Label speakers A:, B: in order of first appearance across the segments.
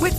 A: With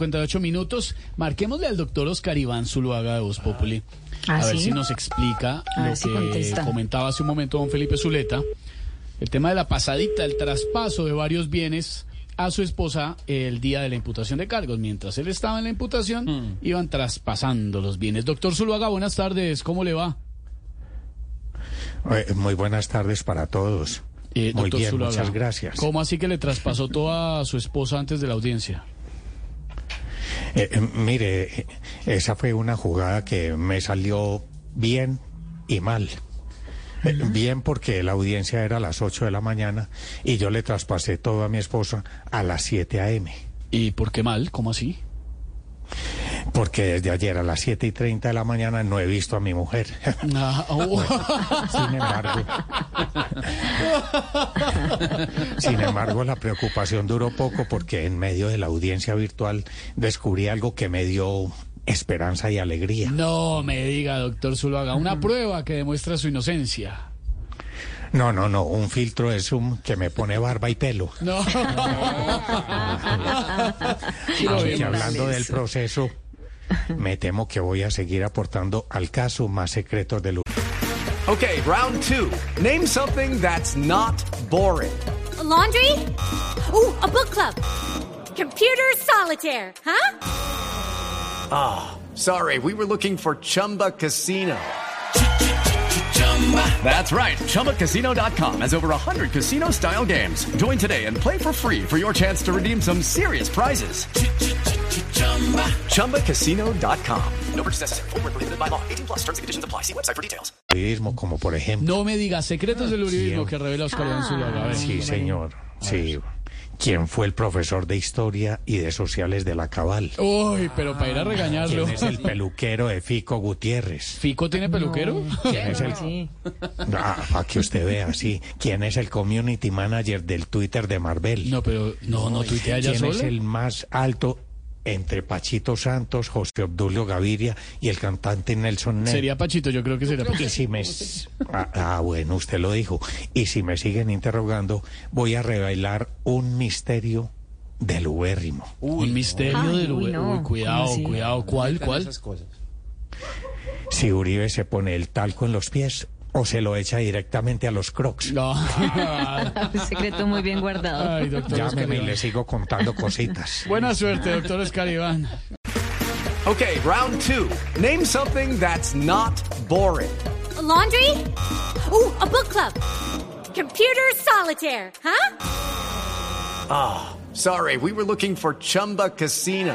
B: 58 minutos, marquémosle al doctor Oscar Iván Zuluaga de Voz Populi,
C: Ah,
B: a ver
C: ¿sí?
B: si nos explica
C: A
B: lo
C: ver si
B: que
C: contesta.
B: comentaba hace un momento don Felipe Zuleta, el tema de la pasadita, el traspaso de varios bienes a su esposa el día de la imputación de cargos. Mientras él estaba en la imputación,
D: Mm.
B: iban traspasando los bienes. Doctor Zuluaga, buenas tardes, ¿cómo le va?
D: Eh, Muy buenas tardes para todos.
B: Eh,
D: Muy
B: doctor
D: bien,
B: Zuluaga,
D: muchas gracias.
B: ¿Cómo así que le traspasó toda a su esposa antes de la audiencia?
D: Eh, eh, mire, eh, esa fue una jugada que me salió bien y mal. Eh, Bien porque la audiencia era a las 8 de la mañana y yo le traspasé todo a mi esposa a las 7 a.m.
B: ¿Y por qué mal? ¿Cómo así?
D: Porque desde ayer a las 7 y 30 de la mañana no he visto a mi mujer.
B: Ah, oh.
D: Sin embargo, sin embargo, la preocupación duró poco porque en medio de la audiencia virtual descubrí algo que me dio esperanza y alegría.
B: No me diga, doctor Zuluaga, una prueba que demuestra su inocencia.
D: No, no, no, un filtro de Zoom que me pone barba y pelo.
B: No.
D: Aunque
B: vimos.
D: hablando del proceso, me temo que voy a seguir aportando al caso más secretos del
E: Okay, round two. Name something that's not boring.
F: laundry? Ooh, a book club. Computer solitaire, huh?
E: Sorry, we were looking for Chumba Casino. That's right. ChumbaCasino.com has over 100 casino style games. Join today and play for free for your chance to redeem some serious prizes. ChumbaCasino.com. No purchase necessary. Void where prohibited by law. 18 plus terms and conditions apply. See website for details.
D: uribismo, como por ejemplo.
B: No me diga secretos del uribismo que revela Oscar Iván Zuluaga. A ver.
D: Sí, señor. Sí. ¿Quién fue el profesor de historia y de sociales de la Cabal?
B: Uy, pero para ir a regañarlo.
D: ¿Quién es el peluquero de Fico Gutiérrez?
B: ¿Fico tiene peluquero?
D: ¿Quién es el... Ah, para que usted vea, sí. ¿Quién es el community manager del Twitter de Marvel?
B: No, pero no, no tuitea ya
D: ¿Quién es
B: sola.
D: el más alto entre Pachito Santos, José Obdulio Gaviria y el cantante Nelson Ned?
B: Sería Pachito, yo creo que sería
D: Y
B: Pachito.
D: si me... s- Ah, ah, bueno, usted lo dijo. Y si me siguen interrogando, voy a revelar un misterio del ubérrimo.
B: Un misterio
C: Ay,
B: del
C: uy,
B: Uber.
C: no.
B: Uy, cuidado,
C: ¿Cómo así?
B: cuidado. ¿Cuál, cuál?
D: Si Uribe se pone el talco en los pies o se lo echa directamente a los crocs.
B: No.
C: Un secreto muy bien guardado.
B: Ay, doctor Oscar
D: Llámeme y
B: Iván.
D: le sigo contando cositas.
B: Buena suerte, doctor Oscar Iván.
E: Okay, round two. Name something that's not boring.
F: A laundry? Ooh, a book club. Computer solitaire, huh?
E: Sorry, we were looking for Chumba Casino.